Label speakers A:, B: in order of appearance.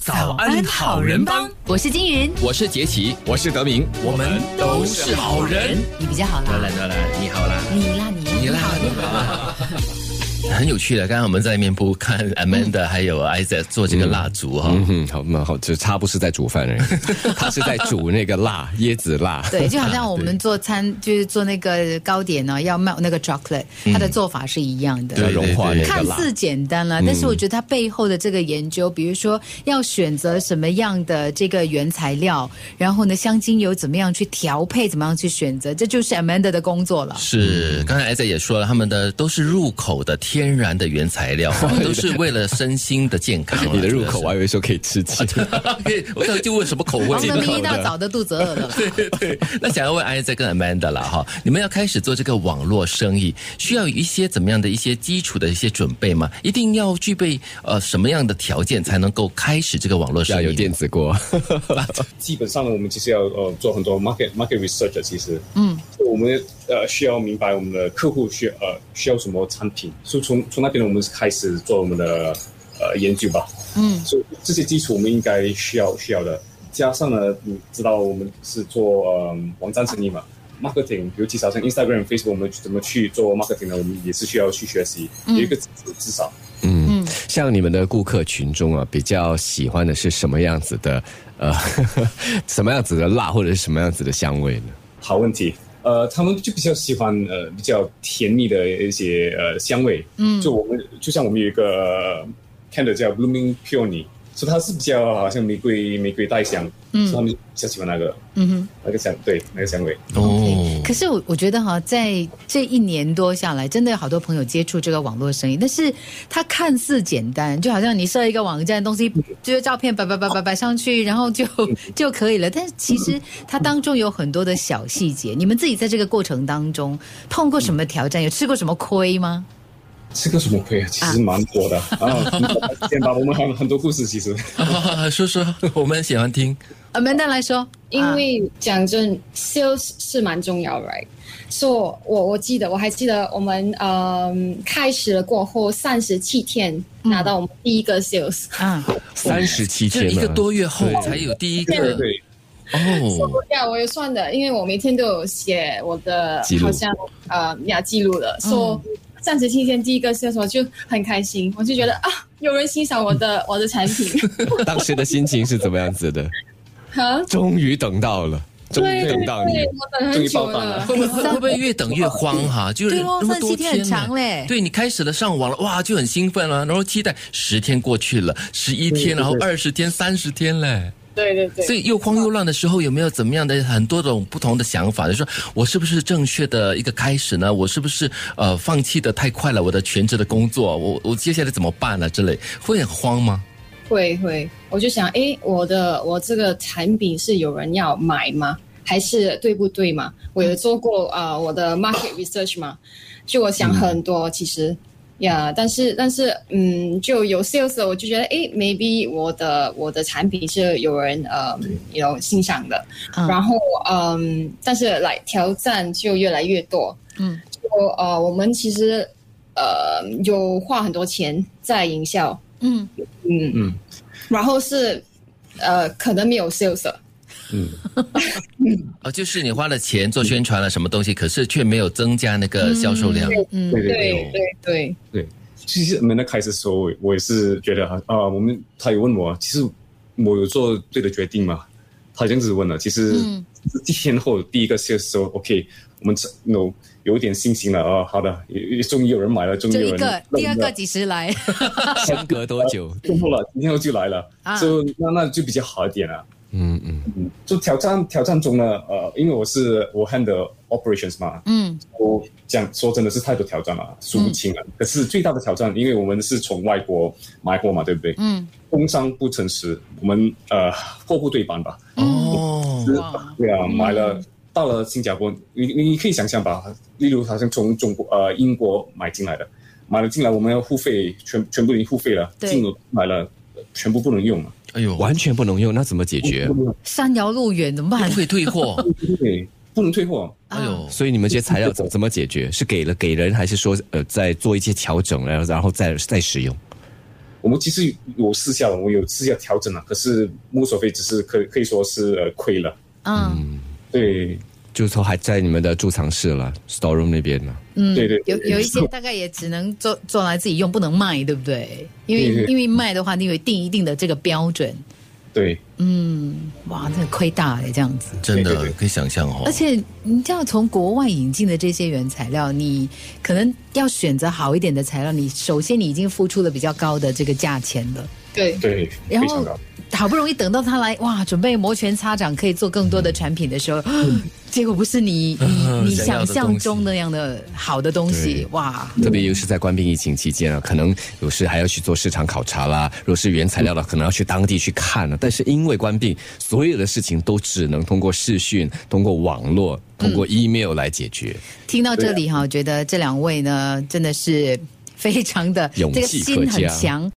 A: 早安好人帮，
B: 我是金云，
C: 我是杰奇，
D: 我是德明，
C: 我们都是好人。
B: 你比较好
C: 得
B: 啦
C: 了，得了，你好啦，
B: 你啦你啦
C: 你啦，
B: 好
C: 你好啦。
E: 很有趣的。刚刚我们在面部看 Amanda 还有 Isaac 做这个蜡烛哈、
D: 嗯哼，好，蛮好，就他不是在煮 饭而已，他是在煮那个辣，椰子辣。
B: 对，就好像我们做餐，就是做那个糕点呢，要卖那个 chocolate，
C: 嗯
B: 它的做法是一样的。
D: 要融化那
B: 看
D: 个辣，
B: 似简单
C: 嗯
B: 了，但是我觉得它背后的这个研究，比如说要选择什么样的这个原材料，然后呢，香精油怎么样去调配，怎么样去选择，这就是 Amanda 的工作了。
E: 是，刚才 Isaac 也说了，他们的都是入口的天然的原材料，都是为了身心的健康啦。
D: 你的入口，啊
E: 真
D: 我还以为说可 以吃鸡。
E: 是，我刚才就问什么口味
B: 然后
E: 进
B: 呢，明
E: 口
B: 一大
E: 的。
B: 早的肚子饿了。
E: 对对， 那想要问 Isaac 跟 Amanda 啦哈，你们要开始做这个网络生意，需要有一些怎么样的一些基础的一些准备吗？一定要具备呃什么样的条件才能够开始这个网络生
D: 要
E: 意？
D: 有电子锅，
F: 基本上呢，我们其实要呃做很多 market market research 的，其实，嗯，我们呃需要明白我们的客户需呃需要什么产品，所以从从那边我们开始做我们的呃研究吧，
B: 嗯，
F: 所以这些基础我们应该需要需要的。加上呢，你知道我们是做呃网站生意嘛，marketing，尤其是好像 Instagram、Facebook，我们怎么去做 marketing 呢？我们也是需要去学习，有一个基础至少。
D: 嗯，像你们的顾客群中啊，比较喜欢的是什么样子的？呃， 什么样子的辣，或者是什么样子的香味呢？
F: 好问题。呃，他们就比较喜欢呃比较甜蜜的一些呃香味。嗯，就我们就像我们有一个、呃、candle 叫 Blooming Peony，所以它是比较好像玫瑰玫瑰带香，嗯，所以他们就比较喜欢那个，嗯
B: 哼，
F: 那个香对那个香味。
E: 哦，
B: 可是我我觉得哈，在这一年多下来，真的有好多朋友接触这个网络生意，但是它看似简单，就好像你设一个网站，东西就是照片摆摆摆摆摆上去，然后就就可以了。但是其实它当中有很多的小细节，你们自己在这个过程当中碰过什么挑战，有吃过什么亏吗？
F: 这个什么亏啊？其实蛮多的啊！先把我们很很多故事，其实
E: 啊说说，我们喜欢听。
B: 呃，门丹来说，
F: 啊
G: 因为讲真，sales 是蛮重要，right？所、以我我记得我还记得我们嗯、开始了过后三十七天
F: 嗯
G: 拿到我们第一个 sales，、
B: 啊，啊
D: 三十七
E: 就
D: 天啊
E: 一个
D: 了
E: 多月后
D: 对
E: 才有第一
F: 对
E: 个
F: 对，
E: 哦，
G: 呀，我有算的，因为我每天都有写我的
D: 记录
G: 好像呃呀记录的，
F: 嗯
G: 说三十七天第一个 sales 我就很开心，我就觉得啊有人欣赏我的我的产 品，
D: 当时的心情是怎么样子 的？
G: 啊，
D: 终于等到了，终于
G: 对对
D: 等
G: 对，
D: 到你。
G: 我等很久
F: 终于爆单了
G: 了。
E: 会不会会不会越等越慌哈、就是
B: 对哦
E: 那么多
B: 三十七天很长嘞
E: 对你开始了上网了，哇，就很兴奋了、然后期待十天过去了，十一天，然后二十天、三十天嘞。
G: 对对对，
E: 所以又慌又乱的时候，有没有怎么样的很多种不同的想法？就说我是不是正确的一个开始呢？我是不是呃放弃的太快了？我的全职的工作，我我接下来怎么办呢？之类会很慌吗？
G: 会会，我就想，诶，我的我这个产品是有人要买吗？还是对不对嘛？我有做过啊、呃我的 market research 嘛，就我
B: 嗯
G: 想很多，其实呀但是但是，嗯，就有 sales，的我就觉得，诶 m a y b e 我的我的产品是有人呃有欣赏的，
B: 嗯
G: 然后嗯，但是来挑战就越来越多，
B: 嗯，
G: 就呃，我们其实呃有花很多钱在营销，
B: 嗯，
G: 嗯，嗯，然后是呃，可能没有 sales，的
F: 嗯
E: 啊，就是你花了钱做宣传了什么东西，可是却没有增加那个销售量。
B: 嗯
F: 对对对。
G: 对对对，
F: 其实我们在开始的时候，我也是觉得啊、我们他有问我，其实我有做对的决定嘛？他这样子问了，其实
B: 嗯
F: 一天后第一个 sales 说 OK，我们有有一点信心了啊、好的，也也终于有人买了，终于
B: 就
F: 有
B: 一
F: 人
B: 个，第二个
F: 认了
B: 几十来，
D: 相隔多久？
F: 中后了，今天后就来了
B: 啊，
F: 就、那那就比较好一点了。
D: 嗯嗯。
F: 嗯，就挑战挑战中呢，呃，因为我是我 handle operations 嘛，
B: 嗯
F: 我讲说真的是太多挑战了，数不清了。啊可是最大的挑战，因为我们是从外国买货嘛，对不对？
B: 嗯，
F: 工商不诚实，我们呃货不对版吧？
E: 哦，
B: 哇，
F: 对啊，买了到了新加坡，你你你可以想象吧，例如好像从中国呃英国买进来的，买了进来我们要付费，全全部已经付费了，
B: 对
F: 进入买了呃全部不能用了，
E: 哎呦，
D: 完全不能用，那怎么解决？
B: 山遥路远怎么办
E: 不？会退 货，
F: 对，不能退货。
E: 哎呦，
D: 所以你们这些材料怎怎么解决？是给了给人，还是说呃在做一些调整，然后然后再再使用？
F: 我们其实有试下了，我们有试下调整了，可是目所费只是可可以说是呃亏了。
B: 嗯，
F: 对，
D: 就是说还在你们的贮藏室了，storeroom 那边呢。
F: 对对，
B: 嗯有
F: 对
B: 有一些大概也只能做做来自己用，不能卖，对不对？因
F: 对
B: 为
F: 对
B: 因为卖的话，你有定一定的这个标准，
F: 对
B: 嗯，哇，那亏大了这样子。
E: 真
F: 对对
E: 的
F: 对
E: 可以想象哦。
B: 而且你这样从国外引进的这些原材料，你可能要选择好一点的材料，你首先你已经付出了比较高的这个价钱了。
G: 对，
F: 对，
B: 然
F: 非常
B: 后
F: 高。
B: 好不容易等到他来哇，准备摩拳擦掌可以做更多的产品的 时候，啊结果不是你
E: 嗯
B: 你你
E: 想要
B: 想
E: 的
B: 象
E: 东西
B: 中那样的好的东西
D: 对
B: 哇。
D: 特别又是在官兵疫情期间啊，可能有时还要去做市场考察啦。如果是原材料的，可能要去当地去看了。啊但是因为官病，所有的事情都只能通过视讯、通过网络、通过 email 来解决。
B: 听到这里哈，觉得这两位呢真的是非常的
D: 勇
B: 这个
D: 气
B: 心
D: 可
B: 很
D: 嘉
B: 强，